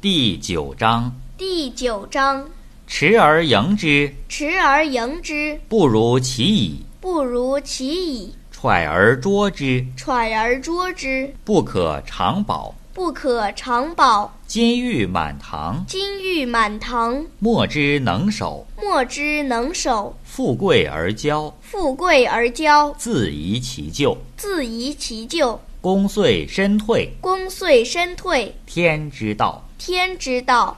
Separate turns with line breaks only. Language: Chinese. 第九章：
第九章：
持而盈之，
持而盈之，
不如其已；
不如其已；
揣而捉之，
揣而捉之，
不可长保。
不可长保。
金玉满堂，
金玉满堂，
莫之能守；
莫之能守。
富贵而骄，
富贵而骄，
自遗其咎；
自遗其咎。
功遂身退，
功遂身退，
天之道。
天之道。